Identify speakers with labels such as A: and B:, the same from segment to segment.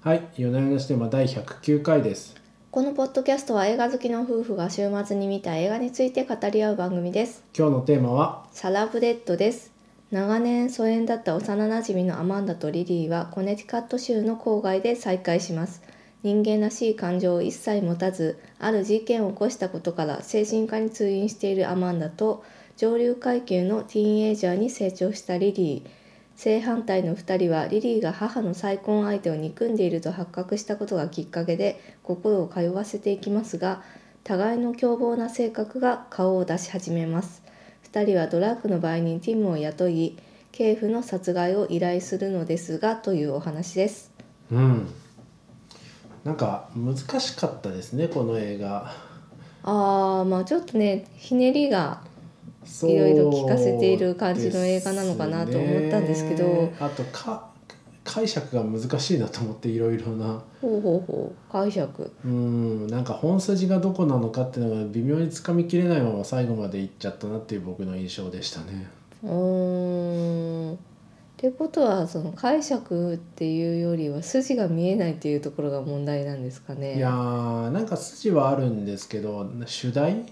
A: はい、夜な夜なシネマ第109回です。
B: このポッドキャストは映画好きの夫婦が週末に見た映画について語り合う番組です。
A: 今日のテーマは、
B: サラブレッドです。長年疎遠だった幼馴染のアマンダとリリーはコネティカット州の郊外で再会します。人間らしい感情を一切持たず、ある事件を起こしたことから精神科に通院しているアマンダと上流階級のティーンエイジャーに成長したリリー。正反対の2人はリリーが母の再婚相手を憎んでいると発覚したことがきっかけで心を通わせていきますが互いの凶暴な性格が顔を出し始めます2人はドラッグの売人ティムを雇い警父の殺害を依頼するのですがというお話です
A: うん。なんか難しかったですね、この映画。
B: あーまあちょっとねひねりが
A: そう
B: いろいろ聞かせている感じの映画なのかなと思ったんですけど
A: ですねあとか解釈が難しいなと思っていろいろな
B: ほうほうほう解釈
A: うんなんか本筋がどこなのかっていうのが微妙につかみきれないまま最後までいっちゃったなっていう僕の印象でしたね。
B: うーんってことはその解釈っていうよりは筋が見えないっていうところが問題なんですかね
A: いやーなんか筋はあるんですけど主題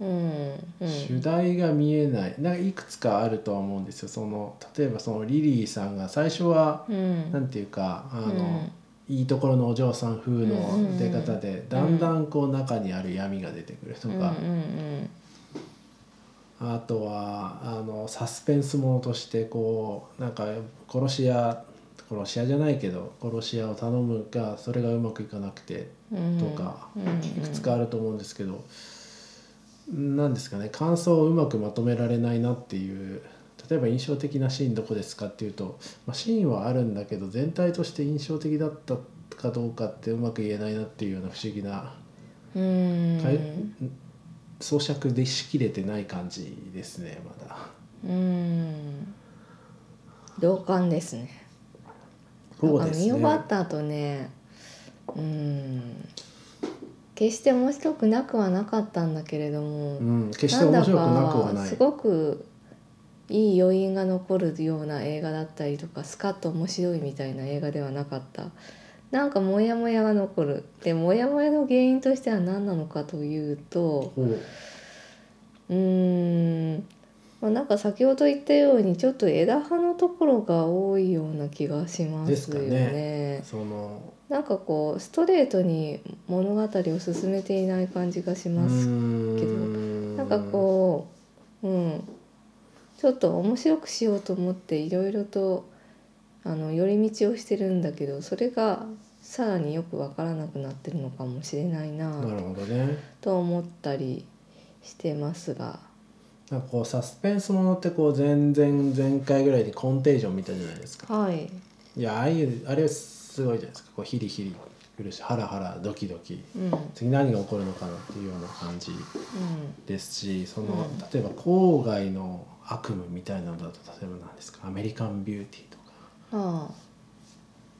B: うんうん
A: 主題が見えないなんかいくつかあるとは思うんですよその例えばそのリリーさんが最初は
B: うん
A: 何ていうかあの、いいところのお嬢さん風
B: うんうんう
A: の
B: ん
A: 出方で、だんだんこう中にある闇が出てくると
B: うん
A: か、
B: うんうん
A: あとはあのサスペンスものとしてこうなんか殺し屋殺し屋じゃないけど殺し屋を頼むがそれがうまくいかなくて
B: うん
A: とか、
B: うんうん
A: いくつかあると思うんですけど、なんですかね感想をうまくまとめられないなっていう例えば印象的なシーンどこですかっていうと、まあ、シーンはあるんだけど全体として印象的だったかどうかってうまく言えないなっていうような不思議な
B: うん
A: かい装着でしきれてない感じですねまだ。
B: うん同感ですね
A: そうですね
B: なんか見終わった後ねうん決して面白くなくはなかったんだけれども、
A: うん、決して面白くなくは
B: ん
A: な
B: だか
A: い。
B: すごくいい余韻が残るような映画だったりとかスカッと面白いみたいな映画ではなかったなんかモヤモヤが残るでモヤモヤの原因としては何なのかというと
A: ほう
B: うーん、まあ、なんか先ほど言ったようにちょっと枝葉のところが多いような気がしま
A: です
B: す
A: か
B: よ
A: ね
B: ね
A: その
B: なんかこうストレートに物語を進めていない感じがし
A: う
B: ますけど
A: ー
B: なんかこう、うん、ちょっと面白くしようと思っていろいろとあの寄り道をしてるんだけどそれがさらによくわからなくなってるのかもしれないな
A: なるほどね。
B: と思ったりしてますが。
A: なんかこうサスペンスものってこう前々前回ぐらいにコンテージョン見たじゃないですか。
B: はい、
A: いやああいうあれすごいじゃないですか。こうヒリヒリくるしハラハラドキドキ
B: うんうん
A: 次何が起こるのかなっていうような感じですし、その例えば郊外の悪夢みたいなのだと例えば何ですかアメリカンビューティーとか。
B: あ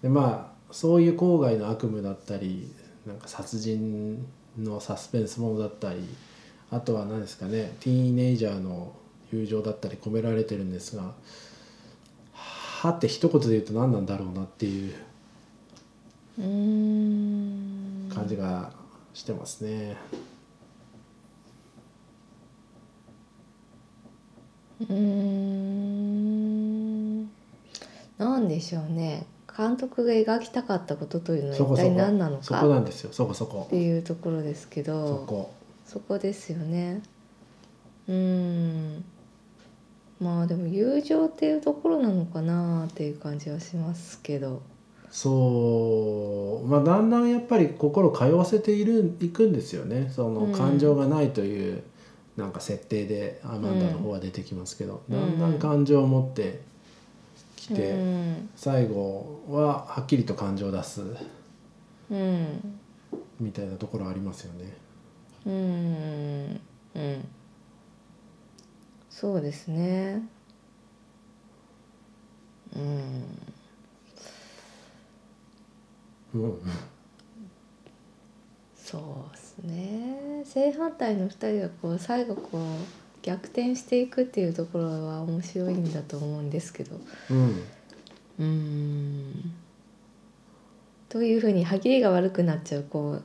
A: でまあそういう郊外の悪夢だったりなんか殺人のサスペンスものだったりあとは何ですかねティーンエイジャーの友情だったり込められてるんですが「は」って一言で言うと何なんだろうなっていう
B: うーん
A: 感じがしてますね。
B: うーんなんでしょうね監督が描きたかったことというの
A: そ
B: は
A: こ
B: 一
A: そこ
B: 体何なの
A: そ
B: か
A: こなんですよそこそこ
B: っていうところですけど
A: そこ。
B: そこですよねうーんまあでも友情っていうところなのかなっていう感じはしますけど
A: そう、まあ、だんだんやっぱり心を通わせているいくんですよねその
B: うん
A: 感情がないというなんか設定でアマンダの方は出てきますけど、
B: うん
A: だんだん感情を持ってきて、
B: うん、
A: 最後ははっきりと感情を出す
B: うん
A: みたいなところありますよね。
B: うんうんそうですねうん
A: うん、
B: そうですね正反対の2人がこう最後こう逆転していくっていうところは面白いんだと思うんですけど
A: うん
B: うーんというふうに歯切れが悪くなっちゃうこう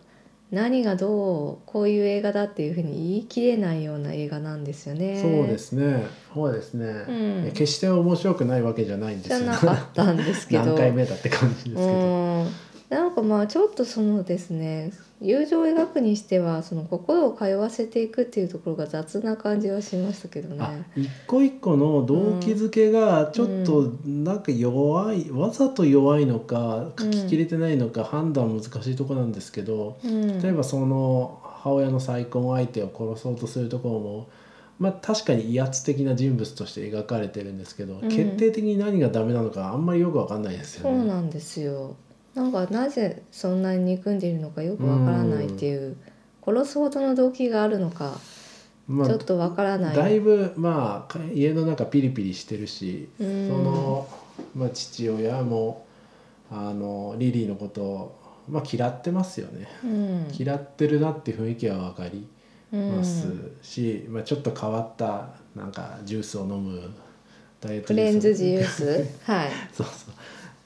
B: 何がどうこういう映画だっていうふうに言い切れないような映画なんですよね。
A: そうですねそうですね、
B: うん
A: え決して面白くないわけじゃないんです
B: じ
A: よ
B: ゃなかったんですけど。
A: 何回目だって感じですけ
B: う
A: ど
B: んなんかまあちょっとそのですね友情を描くにしてはその心を通わせていくっていうところが雑な感じはしましたけど
A: あ
B: ね。
A: 一個一個の動機づけがちょっとなんか弱い、わざと弱いのか書ききれてないのか判断難しいとこなんですけど、
B: うん、
A: 例えばその母親の再婚相手を殺そうとするところも、まあ、確かに威圧的な人物として描かれてるんですけど、
B: うん
A: 決定的に何がダメなのかあんまりよくわかんないです
B: そ
A: よ
B: う
A: ね。
B: なんですよなんかなぜそんなに憎んでいるのかよくわからないっていう、殺すほどの動機があるのか
A: ま
B: ちょっ
A: あ、
B: とわからない、
A: だいぶ、まあ、か家の中ピリピリしてるし、
B: うん
A: その、まあ、父親もあのリリーのことを、まあ、嫌ってますよね。
B: うん
A: 嫌ってるなって雰囲気はわかり
B: うん
A: ますし、まあ、ちょっと変わったなんかジュースを飲むダイエッ
B: フ
A: ト
B: レンズジュ
A: ー
B: ースはい
A: ス そうそう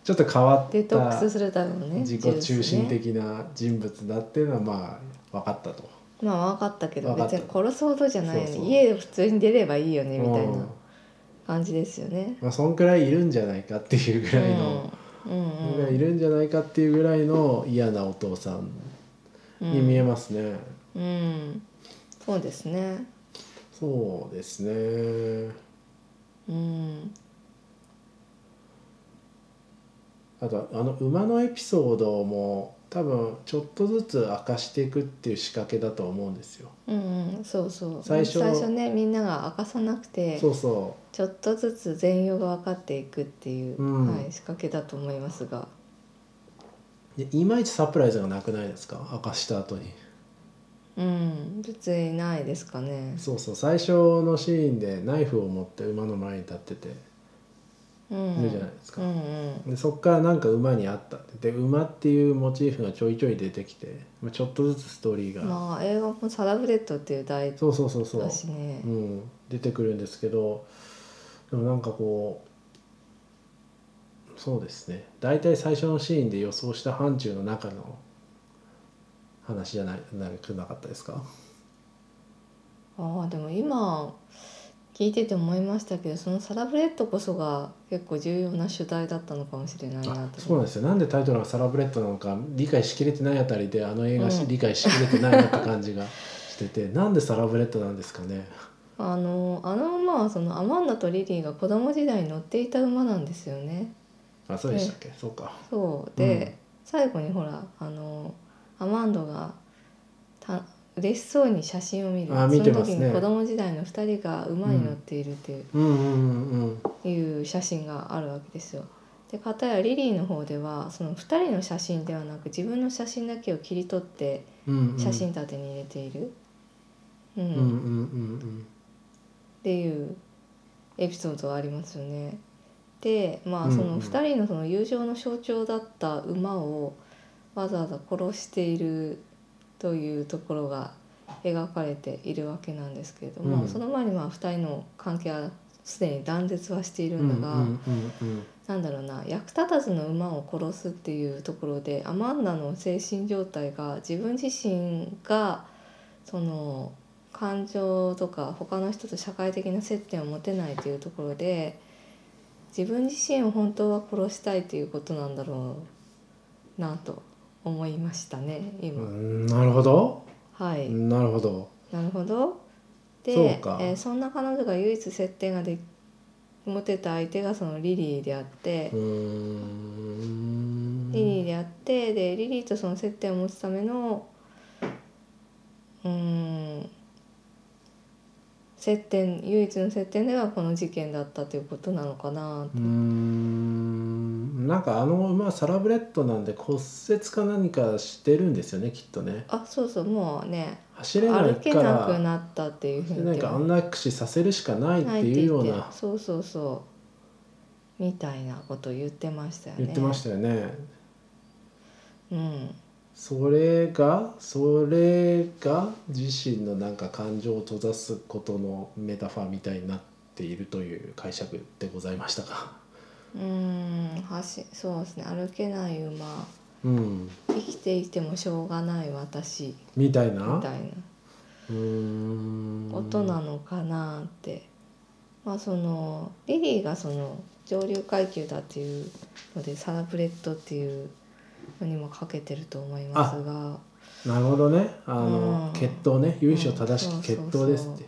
A: ちょっと変わっ
B: デトック
A: た
B: スするためのね
A: 自
B: ジ
A: 己
B: ュースね
A: 中心的な人物だっていうのはまあ分かったと。
B: まあ分かったけど
A: 分かっ
B: 別
A: た
B: に殺すほどじゃないよね
A: そうそう
B: 家で普通に出ればいいよねみたい
A: うん
B: な感じですよね。
A: まあ、そんくらいいるんじゃないかっていうぐらいの、
B: うんうんうん
A: いるんじゃないかっていうぐらいの嫌なお父さんに見えますね。
B: うん、そうですね。
A: そうですね
B: うん、
A: あとあの馬のエピソードも多分ちょっとずつ明かしていくっていう仕掛けだと思うんですよ。
B: うんうん、そうそう
A: 最初
B: ねみんなが明かさなくて
A: そうそ
B: ちょっとずつ全容が分かっていくっていう、
A: うん
B: はい、仕掛けだと思いますが
A: うでいまいちサプライズがなくないですか明かした後に
B: うん別にないですかね。
A: そうそう最初のシーンでナイフを持って馬の前に立ってて
B: うん、
A: いるじゃないですか
B: うんうん
A: でそっからなんか馬に会ったってで馬っていうモチーフがちょいちょい出てきてまあちょっとずつストーリーが、
B: まあ映画も「サラブレッド」っていう題
A: そうそうそうそう
B: だしね。
A: うん、出てくるんですけどでもなんかこうそうですね大体最初のシーンで予想した範疇の中の話じゃないなくなかったですか
B: ああでも今聞いてて思いましたけどそのサラブレッドこそが結構重要な主題だったのかもしれないな
A: あ
B: と
A: そうなんですよなんでタイトルが「サラブレッド」なのか理解しきれてないあたりであの映画し、
B: うん
A: 理解しきれてないなって感じがして てなんでサラブレッドなんですかね
B: あのあの馬はそのアマンダとリリーが子供時代に乗っていた馬なんですよね。
A: あそうでしたっけ、そうか
B: そうで、最後にほらあのアマンドがた嬉しそうに写真を見る
A: あ見てますね
B: その時に子供時代の2人が馬に乗っているっていう,、
A: うんうんうん
B: いう写真があるわけですよ。で片やリリーの方ではその2人の写真ではなく自分の写真だけを切り取って
A: うんうん
B: 写真立てに入れている、うん
A: うんうんうん
B: っていうエピソードはありますよね。でま
A: う
B: あ
A: ん
B: その
A: うん
B: 2人のその友情の象徴だった馬をわざわざ殺しているというところが描かれているわけなんですけれども、
A: うん
B: その前にまあ2人の関係はすでに断絶はしてい
A: う
B: る
A: んうんうん
B: んだが、
A: うんうん
B: なんだろうな役立たずの馬を殺すっていうところでアマンダの精神状態が自分自身がその感情とか他の人と社会的な接点を持てないというところで自分自身を本当は殺したいということなんだろうなと思いましたね今。
A: うんなるほど
B: はい、
A: なるほど。
B: なるほど。
A: そ
B: で
A: うか
B: えーそんな彼女が唯一接点がで持てた相手がそのリリーであって。
A: うーん。
B: リリーであってでリリーとその接点を持つためのうーん接点唯一の接点ではこの事件だったということなのかな
A: うーん。なんかあの馬サラブレッドなんで骨折か何かしてるんですよねきっとね。
B: あそうそうもうね
A: 走れな
B: 歩
A: い
B: け
A: か
B: なく
A: ら。
B: なったっていうふう
A: 走れ
B: に
A: ないから安楽死させるしかないっていうよう
B: は
A: な
B: ってそうそうそうみたいなこと言ってましたよね
A: 言ってましたよね。
B: うん
A: それがそれが自身のなんか感情を閉ざすことのメタファーみたいになっているという解釈でございましたか。
B: うーん走そうですね歩けない馬
A: うん、
B: 生きていてもしょうがない私
A: みたい
B: み
A: な
B: たい
A: ー
B: う
A: ん
B: なことなのかなってまあそのリリーがその上流階級だっていうのでサラブレッドっていうのにもかけてると思いますが
A: なるほどねあの、
B: うん
A: 血統ね由緒正しき血統ですって、
B: うんそうそう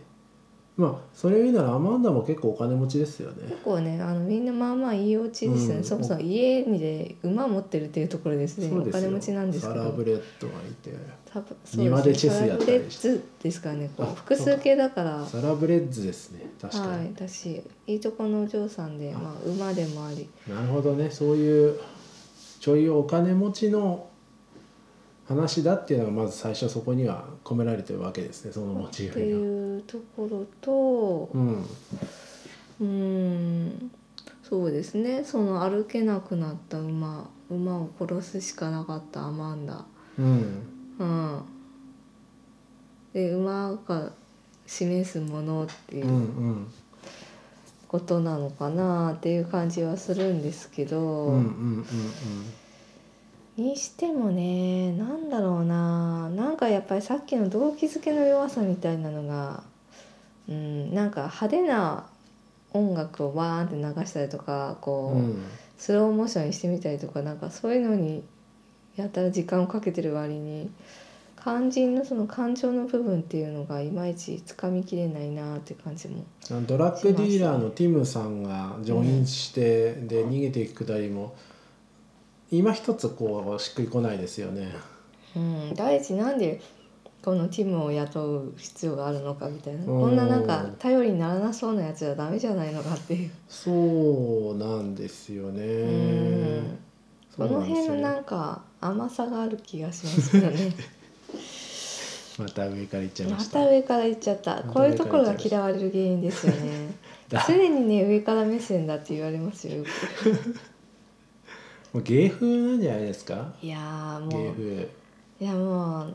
A: まあそれを言うならアマンダも結構お金持ちですよね
B: 結構ねあのみんなまあまあいいお家ですね、
A: うん
B: そもそも家にで馬持ってるっていうところですね
A: そう
B: お
A: です
B: 金
A: よ
B: 持ちなんですけ
A: サラ
B: ど
A: ブレッドがいて
B: 多分
A: 庭でチェスやったりして
B: サラブレッツですからねこう
A: あ
B: 複数形だから
A: サラブレッズですね確かに、
B: はい、だしいいとこのお嬢さんで、まあ、馬でもあり
A: なるほどねそういうちょいお金持ちの話だっていうのがまず最初そこには込められてるわけですねそのモチー
B: って
A: フには。
B: いうところと
A: うん、
B: うーんそうですねその歩けなくなった馬馬を殺すしかなかったアマンダ
A: うん、
B: うんで馬が示すものってい
A: うんう
B: うんことなのかなっていう感じはするんですけど、
A: うんうんうん
B: にしてもねなんだろうななんかやっぱりさっきの動機づけの弱さみたいなのが、うん、なんか派手な音楽をバーンって流したりとか
A: う
B: こ
A: ん
B: う、
A: うん
B: スローモーションにしてみたりとかなんかそういうのにやたら時間をかけてる割に肝心のその感情の部分っていうのがいまいちつかみきれないなって感じも
A: あのドラッグディーラーのティムさんがジョインして、で逃げていくくだりも今一つこうしっくりこないですよね。
B: うん、第一なんでこのチームを雇う必要があるのかみたいな
A: うん
B: こんななんか頼りにならなそうなやつじゃダメじゃないのかっていう、
A: そうなんですよね。
B: うん、この辺のなん
A: か
B: んか甘さがある気がしますけど ね
A: また上から行っちゃいま
B: ま
A: した。
B: た上から行っちゃった
A: また
B: こういうところが嫌われる原因ですよね
A: だ
B: 常にね上から目線だって言われますよよく
A: もう芸風なんじゃないですか
B: いやーも
A: 芸
B: う
A: 風
B: いやもう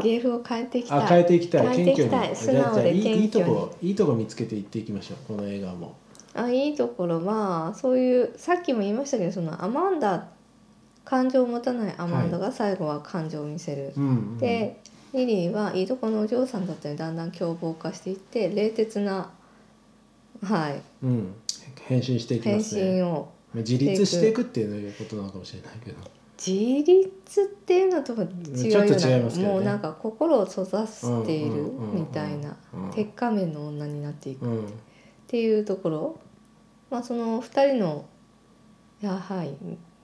B: 芸風を変えていきたい
A: あ変えていきたい
B: 変えていきたい
A: に
B: 素直
A: じ
B: で
A: ゃあじゃあいいいいと
B: 謙虚に
A: こいいとこ見つけていっていきましょうこの映画も
B: あいいところはそういうさっきも言いましたけどそのアマンダ感情を持たないアマンダが最後は感情を見せる、
A: うんうん
B: でリリーはいいとこのお嬢さんだったりだんだん凶暴化していって冷徹な、はい、
A: うん変身していき
B: 変
A: ますね
B: 身を
A: 自立していくっていうことなのかもしれないけど
B: 自立っていうのとは違うような
A: ちょっと違いますけどね
B: もうなんか心を閉ざしているみたいな
A: うんうんうんうん
B: 鉄仮面の女になっていく
A: うん
B: っていうところ、まあ、その2人のやはり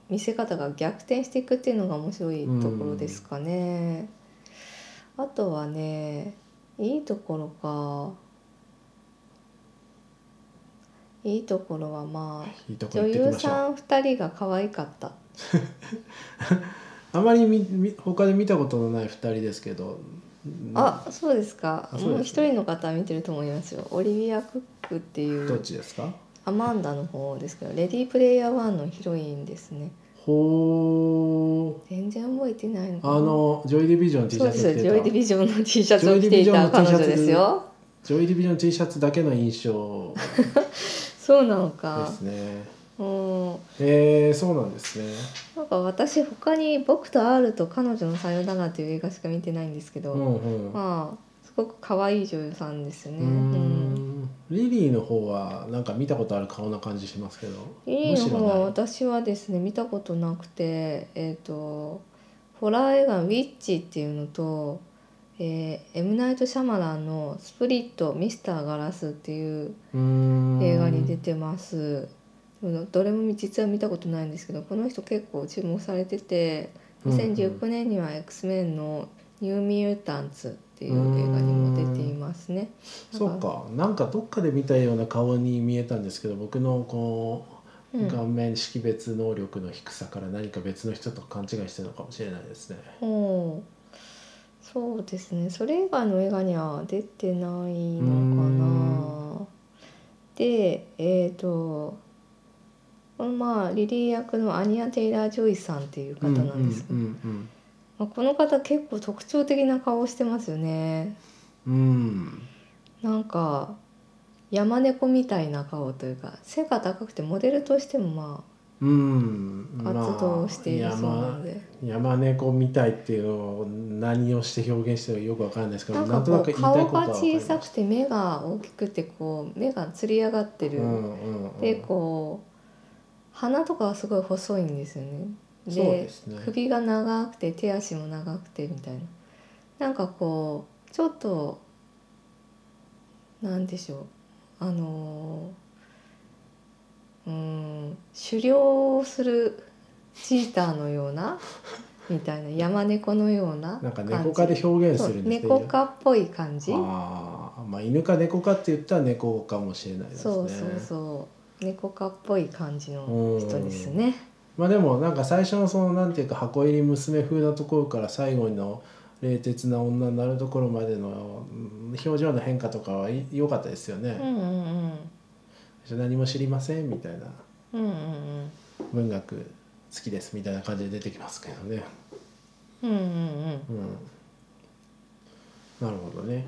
B: 見せ方が逆転していくっていうのが面白いところですかね。あとはねいいところかいいところはまあ
A: いいとこ
B: 女
A: 行っていき
B: 優
A: ましょう
B: さん2人が可愛かった。
A: あまりみみ他で見たことのない二人ですけど
B: あそうですか
A: あそうですね
B: もう一人の方見てると思いますよオリビア・クックってい
A: どっ
B: う
A: ちですか
B: アマンダの方ですけどレディープレイヤー1のヒロインですね
A: ほう
B: 全然覚えてないのか
A: あ
B: な
A: のジョイ・ディビジョンの T シ
B: そう
A: ャ
B: で
A: ツ
B: す
A: 着て
B: ジョイ・ディ
A: た
B: ビジョンの T シャツを着ていた彼女ですよ
A: ジョイ・ディビジョンの T シャツだけの印象
B: そうなの
A: で
B: か
A: すね
B: うん
A: えー、そうなんですね
B: なんか私他に「僕と R と彼女のさよなら」っていう映画しか見てないんですけど、
A: うんうん、
B: まあすごく可愛い女優さんですよね
A: うー
B: うん
A: んリリーの方はなんか見たことある顔な感じしますけど
B: いいの方は
A: むし
B: 私はですね見たことなくてえっ、とホラー映画「ウィッチ」っていうのと、えー、エム・ナイト・シャマランの「スプリット・ミスター・ガラス」って
A: ろ
B: いう
A: ないうーん
B: 映画に出てます、うんどれも実は見たことないんですけどこの人結構注目されてて
A: うんうん
B: 2019年には X メンの「ニュー・ミュータンツ」っていう映画にも出ていますね。
A: そ
B: なん
A: うかなんかどっかで見たような顔に見えたんですけど僕のこ
B: う
A: うん顔面識別能力の低さから何か別の人と勘違いしてるのかもしれないですね
B: ほうそうですねそれ以外の映画には出てないのかなでえっ、とまあリリー役のアニア・テイラー・ジョイさんっていう方なんですけど、
A: うんうん
B: まあ、この方結構特徴的な顔をしてますよね
A: うんうん
B: なんか山猫みたいな顔というか背が高くてモデルとしてもまあ
A: うんうん
B: 活動をしているそうなので、
A: 山山猫みたいっていうのを何をして表現してるかよくわかんないですけど
B: なん
A: と
B: かこう
A: 言いたい
B: 顔
A: ことは
B: が
A: わかり
B: 小
A: ました
B: さくて目が大きくてこう目がつり上がってる、
A: うんうんうん、
B: でこう鼻とかはすごい細いんですよね。で
A: そうですね
B: 首が長くて手足も長くてみたいななんかこうちょっとなんでしょうあのうーん狩猟をするチーターのよう なみたいな山猫のような
A: なんか
B: 感じ
A: 猫科で表現するんですね
B: そう猫科っぽい感じ
A: ああまあ犬か猫かって言ったら猫かもしれないですね
B: そうそうそう猫科っぽい感じの人ですね。
A: まあでもなんか最初のそのなんていうか箱入り娘風なところから最後の冷徹な女になるところまでのうん表情の変化とかはい良かったですよ
B: うんう
A: ね、
B: んうん
A: じゃあ何も知りませんみたいな
B: うんうん
A: 文学好きですみたいな感じで出てきますけどね
B: うんうんうんうん
A: うんなるほどね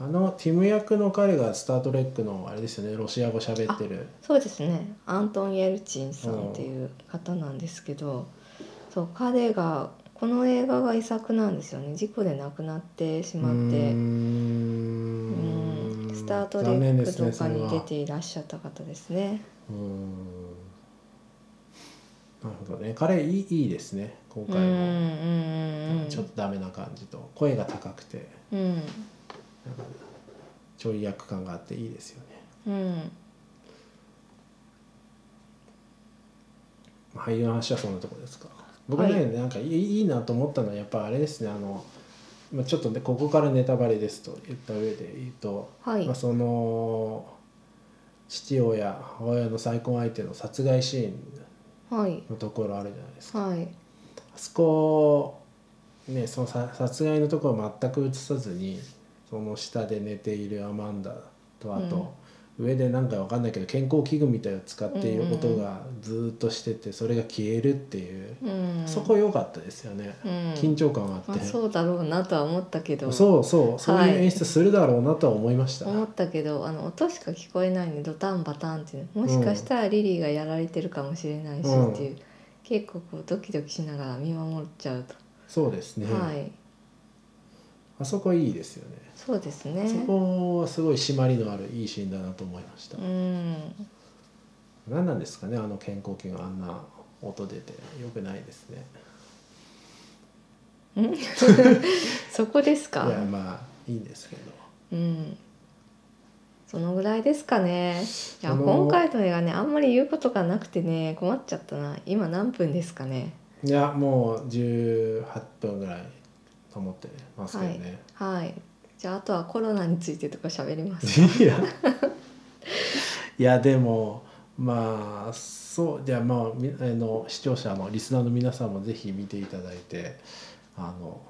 A: あのティム役の彼が「スター・トレック」のあれですよねロシア語喋ってる
B: そうですねアントン・ヤルチンさんっていう方なんですけど、そう彼がこの映画が遺作なんですよね事故で亡くなってしまって
A: うー
B: うんんスター・トレ
A: 残念
B: ッ
A: で
B: ク
A: すね
B: と
A: そ
B: か
A: れ
B: に
A: は
B: 出ていらっしゃった方ですね
A: うーんなるほどね彼いいいいですね今
B: うん
A: 回
B: うん
A: も、
B: うんうん
A: ちょっとダメな感じと声が高くて
B: うん
A: ちょい役感があっていいですよね
B: うん
A: まあ俳優の話はそんなとこですか僕ね、
B: はい
A: なんかいいいいなと思ったのはやっぱあれですねあのまあちょっとねここからネタバレですと言った上で言うと、
B: はい
A: まあ、その父親母親の再婚相手の殺害シーン
B: はい
A: のところあるじゃないですか
B: はい
A: あそこねそのさ殺害のところ全く映さずにその下で寝ているアマンダとあと、上でなんかわかんないけど健康器具みたいのを使っていることがずーっとしててそれが消えるっていう、
B: うん
A: そこ良かったですよね、
B: うん
A: 緊張感があって、
B: まあそうだろうなとは思ったけど
A: そうそうそう
B: はい
A: いう演出するだろうなとは思いました、
B: 思ったけどあの音しか聞こえないねドタンバタンっていうもしかしたらリリーがやられてるかもしれないし
A: うん
B: っていう、結構こうドキドキしながら見守っちゃうと、
A: そうですね、
B: はい
A: あそこいいですよね
B: そうですね
A: そこはすごい締まりのあるいいシーンだなと思いました、
B: うん
A: 何なんですかねあの健康器があんな音出てよくないですね
B: んそこです
A: いや
B: か
A: まあいいんですけど
B: うんそのぐらいですかねいや
A: あの
B: 今回の映画ねあんまり言うことがなくてね困っちゃったな今何分ですかね
A: いやもう18分ぐらいと思ってますけどね、
B: はいじゃああとはコロナについてとか喋ります
A: い、や いやでもまあそうじゃあまあみあの視聴者のリスナーの皆さんもぜひ見ていただいてあの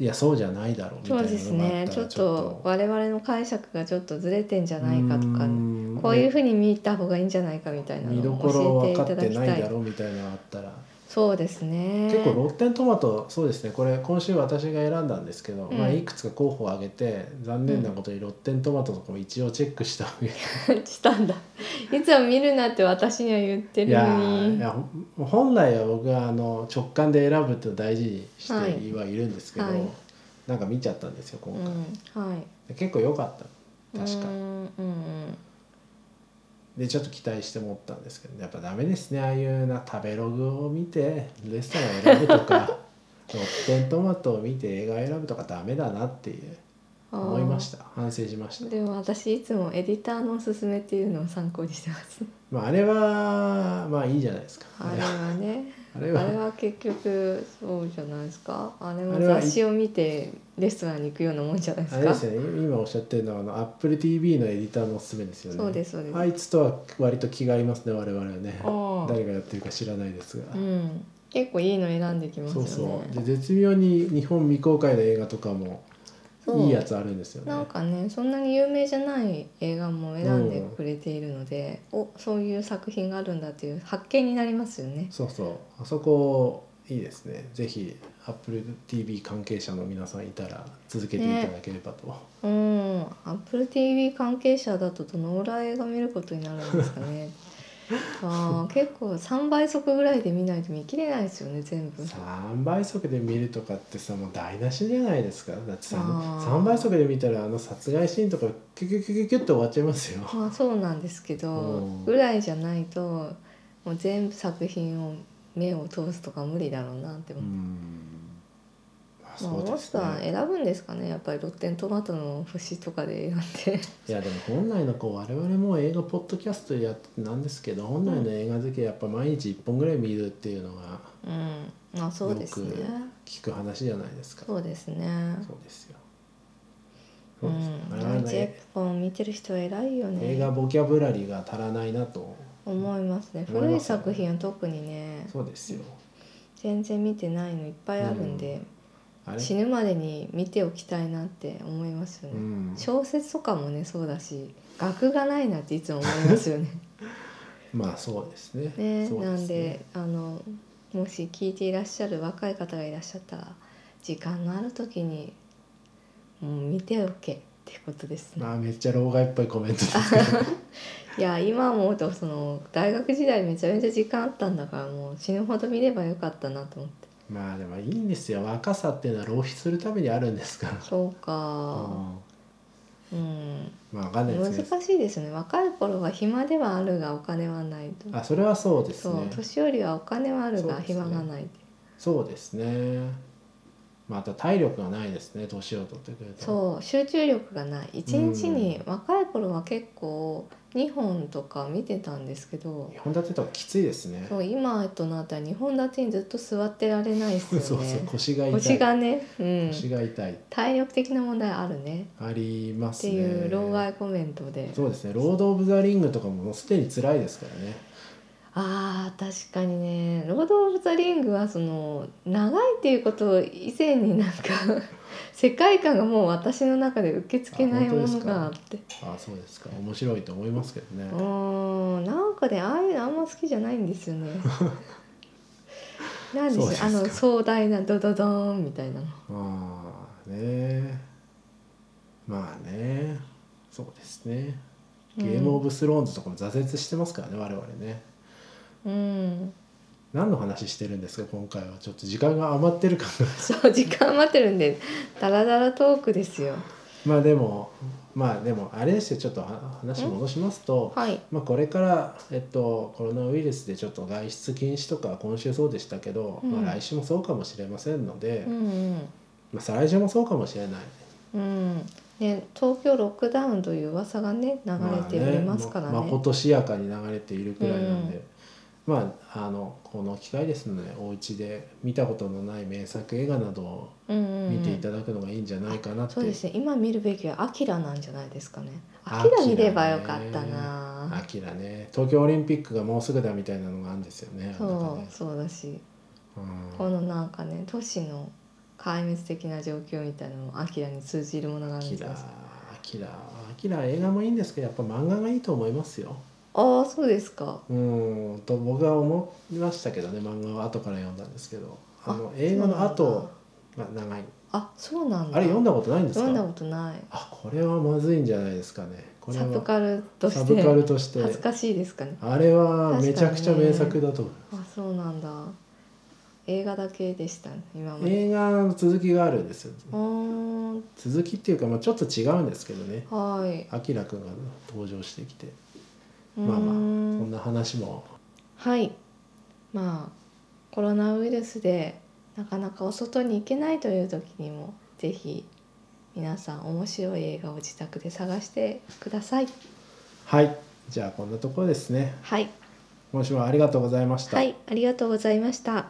A: いやそうじゃないだろうみた
B: そう
A: いな
B: です
A: のがあっ
B: ね
A: た
B: ちょ
A: ら
B: っと我々の解釈がちょっとずれてんじゃないかとか
A: うーん
B: こういうふうに見た方がいいんじゃないかみたいな
A: 見
B: の
A: ど
B: を
A: ころ
B: 教えて
A: 分
B: い
A: かった
B: だ
A: て
B: きた
A: ない
B: い
A: だろうみたいなのがあったら
B: そうですね
A: 結構ロッテントマトそうですねこれ今週私が選んだんですけど、
B: うん
A: まあ、いくつか候補を挙げて残念なことにロッテントマトとかも一応チェックした上で
B: したんだいつも見るなって私には言って
A: い
B: る
A: や
B: の
A: ーい
B: に
A: やほ本来は僕はあの直感で選ぶって大事にして
B: はい
A: はいるんですけど、
B: はい
A: なんか見ちゃったんですよ今
B: う
A: 回、
B: んはい
A: 結構良かった確か
B: うーんうん
A: でちょっと期待して持ったんですけどやっぱダメですねああいうな食べログを見てレストランを選ぶと かロッテントマトを見て映画を選ぶとかダメだなっていう
B: あー
A: 思いました反省しました
B: でも私いつもエディターのおすすめっていうのを参考にしてます
A: まあ、あれはまあいいじゃないですか。
B: あれは ね
A: あれ
B: あれ
A: は
B: は結局そうじゃないですかあれは
A: あれはい
B: 雑誌を見てレストランに行くようなもんじゃないで
A: あ
B: す
A: れで
B: か
A: すよね。今おっしゃってるのはあの Apple TV のエディターのおすすめですよね。
B: そうですそうです
A: あいつとは割と気が合いますね我々はね。
B: ああ
A: 誰がやってるか知らないですが。
B: うん、結構いいの選んできますよ
A: そう
B: ね
A: そう。で絶妙に日本未公開の映画とかも
B: そう
A: いいやつあるんですよね。
B: なんかねそんなに有名じゃない映画も選んでくれているので、おそういう作品があるんだっていう発見になりますよね
A: そうそう。あそこいいですね。ぜひ Apple TV 関係者の皆さんいたら続けていただければと。
B: うん AppleTV 関係者だとどのぐらい映画見ることになるんですかねあー結構3倍速ぐらいで見ないと見切れないですよね全部
A: 3倍速で見るとかってさもう台無しじゃないですかだってさ
B: あー
A: 3倍速で見たらあの殺害シーンとかキュキュキュキュキュって終わっちゃいますよ
B: まあそうなんですけど
A: うん
B: ぐらいじゃないともう全部作品を目を通すとか無理だろうなって
A: う
B: 思う、
A: んまあ
B: まあ、
A: そう
B: も
A: で
B: し
A: す
B: くは
A: ね
B: 選ぶんですかねやっぱりロッテントマトの節とかで選 んで
A: いやでも本来のこう我々も映画ポッドキャストやってなんですけど本来の映画好きはやっぱ毎日1本ぐらい見るっていうのが
B: うんあそうですね
A: よ聞く話じゃないですか
B: そうですね
A: そうですよ
B: う
A: そうです
B: ん
A: 我々
B: 毎
A: の
B: 日
A: 映
B: エプコン見てる人は偉いよ
A: 映画
B: ね
A: ボキャブラリーが足らないなと
B: 思いますね
A: 思いますよね
B: 古い作品は特にね
A: そうですよ
B: 全然見てないのいっぱいあるんで、
A: あれ
B: 死ぬまでに見ておきたいなって思いますよ
A: う
B: ね、
A: ん
B: 小説とかもねそうだし額がないなっていつも思いま すよね
A: まあそうですね。
B: ね
A: そう
B: なん
A: す
B: であのもし聞いていらっしゃる若い方がいらっしゃったら時間のある時にもう見ておけってことですね、
A: まあめっちゃ老害っぽいコメントですけど。
B: いや今思うとその大学時代めちゃめちゃ時間あったんだからもう死ぬほど見ればよかったなと思って
A: まあでもいいんですよ。若さっていうのは浪費するためにあるんですから。
B: そう
A: う
B: か
A: ん
B: うん
A: まあわかんないですけ
B: 難
A: ど。
B: しいですね若い頃は暇ではあるがお金はないと
A: あそれはそうです
B: そう
A: ね。
B: 年寄りはお金はあるが
A: そうですね
B: 暇がない
A: そうですね。また体力がないですね。年を取ってくると。う。
B: そう集中力がない一日に若い頃は結構2本とか見てたんですけど
A: 日本立てとかきついですね。
B: そう今となったら2本立てにずっと座ってられないです
A: そう
B: よね
A: そう腰が痛い。
B: 腰がね、うん、
A: 腰が痛い
B: 体力的な問題あるね
A: ありま
B: っ
A: す
B: て
A: ね。
B: いう老害コメントで
A: そうですね。ロードオブザリングとかももうすでに辛いですからね。
B: あー確かにね「ロード・オブ・ザ・リング」はその長いっていうこと以前になんか 世界観がもう私の中で受け付けない
A: あ本
B: も
A: 当です
B: の
A: か
B: があって
A: あそうですか。面白いと思いますけどね
B: う。ーんなんかねああいうのあんま好きじゃないんですよ ね。なんでしょ
A: そう
B: う
A: ですか
B: あの壮大なドドドーンみたいなの
A: まあねまあねそうですねゲーム・オブ・スローンズとかも挫折してますからね、我々ね
B: うん
A: 何の話してるんですか今回はちょっと時間が余ってる感が
B: そう時間待ってるんでダラダラトークですよ
A: まあでもまあでもあれですよちょっとは話戻しますと、
B: はい
A: まあ、これから、えっと、コロナウイルスでちょっと外出禁止とか今週そうでしたけど、
B: うん
A: まあ、来週もそうかもしれませんので、
B: うん
A: まあ、再来週もそうかもしれない
B: うんうんね東京ロックダウンという噂がね流れておりますからね,、
A: まあねままことしやかに流れているくらいなんで、まああのこの機会ですのでお家で見たことのない名作映画などを
B: うんうんう
A: 見
B: ん
A: ていただくのがいいんじゃないかなって、
B: そうですね今見るべきはアキラなんじゃないですかね
A: ア
B: ア
A: キ
B: キ
A: ラ
B: ラ
A: ね
B: 見ればよかったな
A: アキラね東京オリンピックがもうすぐだみたいなのがあるんですよねあの中
B: そ
A: ね
B: うそうだし
A: うん
B: このなんかね都市の壊滅的な状況みたいなのもアキラに通じるものがあ
A: ア
B: るん
A: キ
B: です
A: ラ
B: よ
A: アキラアキラ映画もいいんですけどやっぱ漫画がいいと思いますよ
B: ああそうですか
A: うんと僕は思いましたけどね漫画は後から読んだんですけどあの
B: あ
A: 映画の
B: そうなん
A: 後
B: だ
A: が長い
B: あそうなんだ
A: あれ読んだことないんですか
B: 読んだことない
A: あこれはまずいんじゃないですかねこれ
B: サ
A: は
B: ブカルと
A: サ
B: し
A: ブカ
B: て
A: ルとして
B: 恥ずかしいですかね
A: あれはめちゃくちゃ名作だと思う、
B: あそうなんだ映画だけでしたね今まで
A: 映画の続きがあるんですよ
B: うーん
A: 続きっていうか、まあ、ちょっと違うんですけどね
B: はい
A: あきらくんが登場してきて
B: うー
A: まあまあそ
B: ん
A: んな話も
B: はいまあコロナウイルスでなかなかお外に行けないという時にもぜひ皆さん面白い映画を自宅で探してください
A: はいじゃあこんなところですね
B: はい
A: 今週はありがとうございました、
B: はいありがとうございました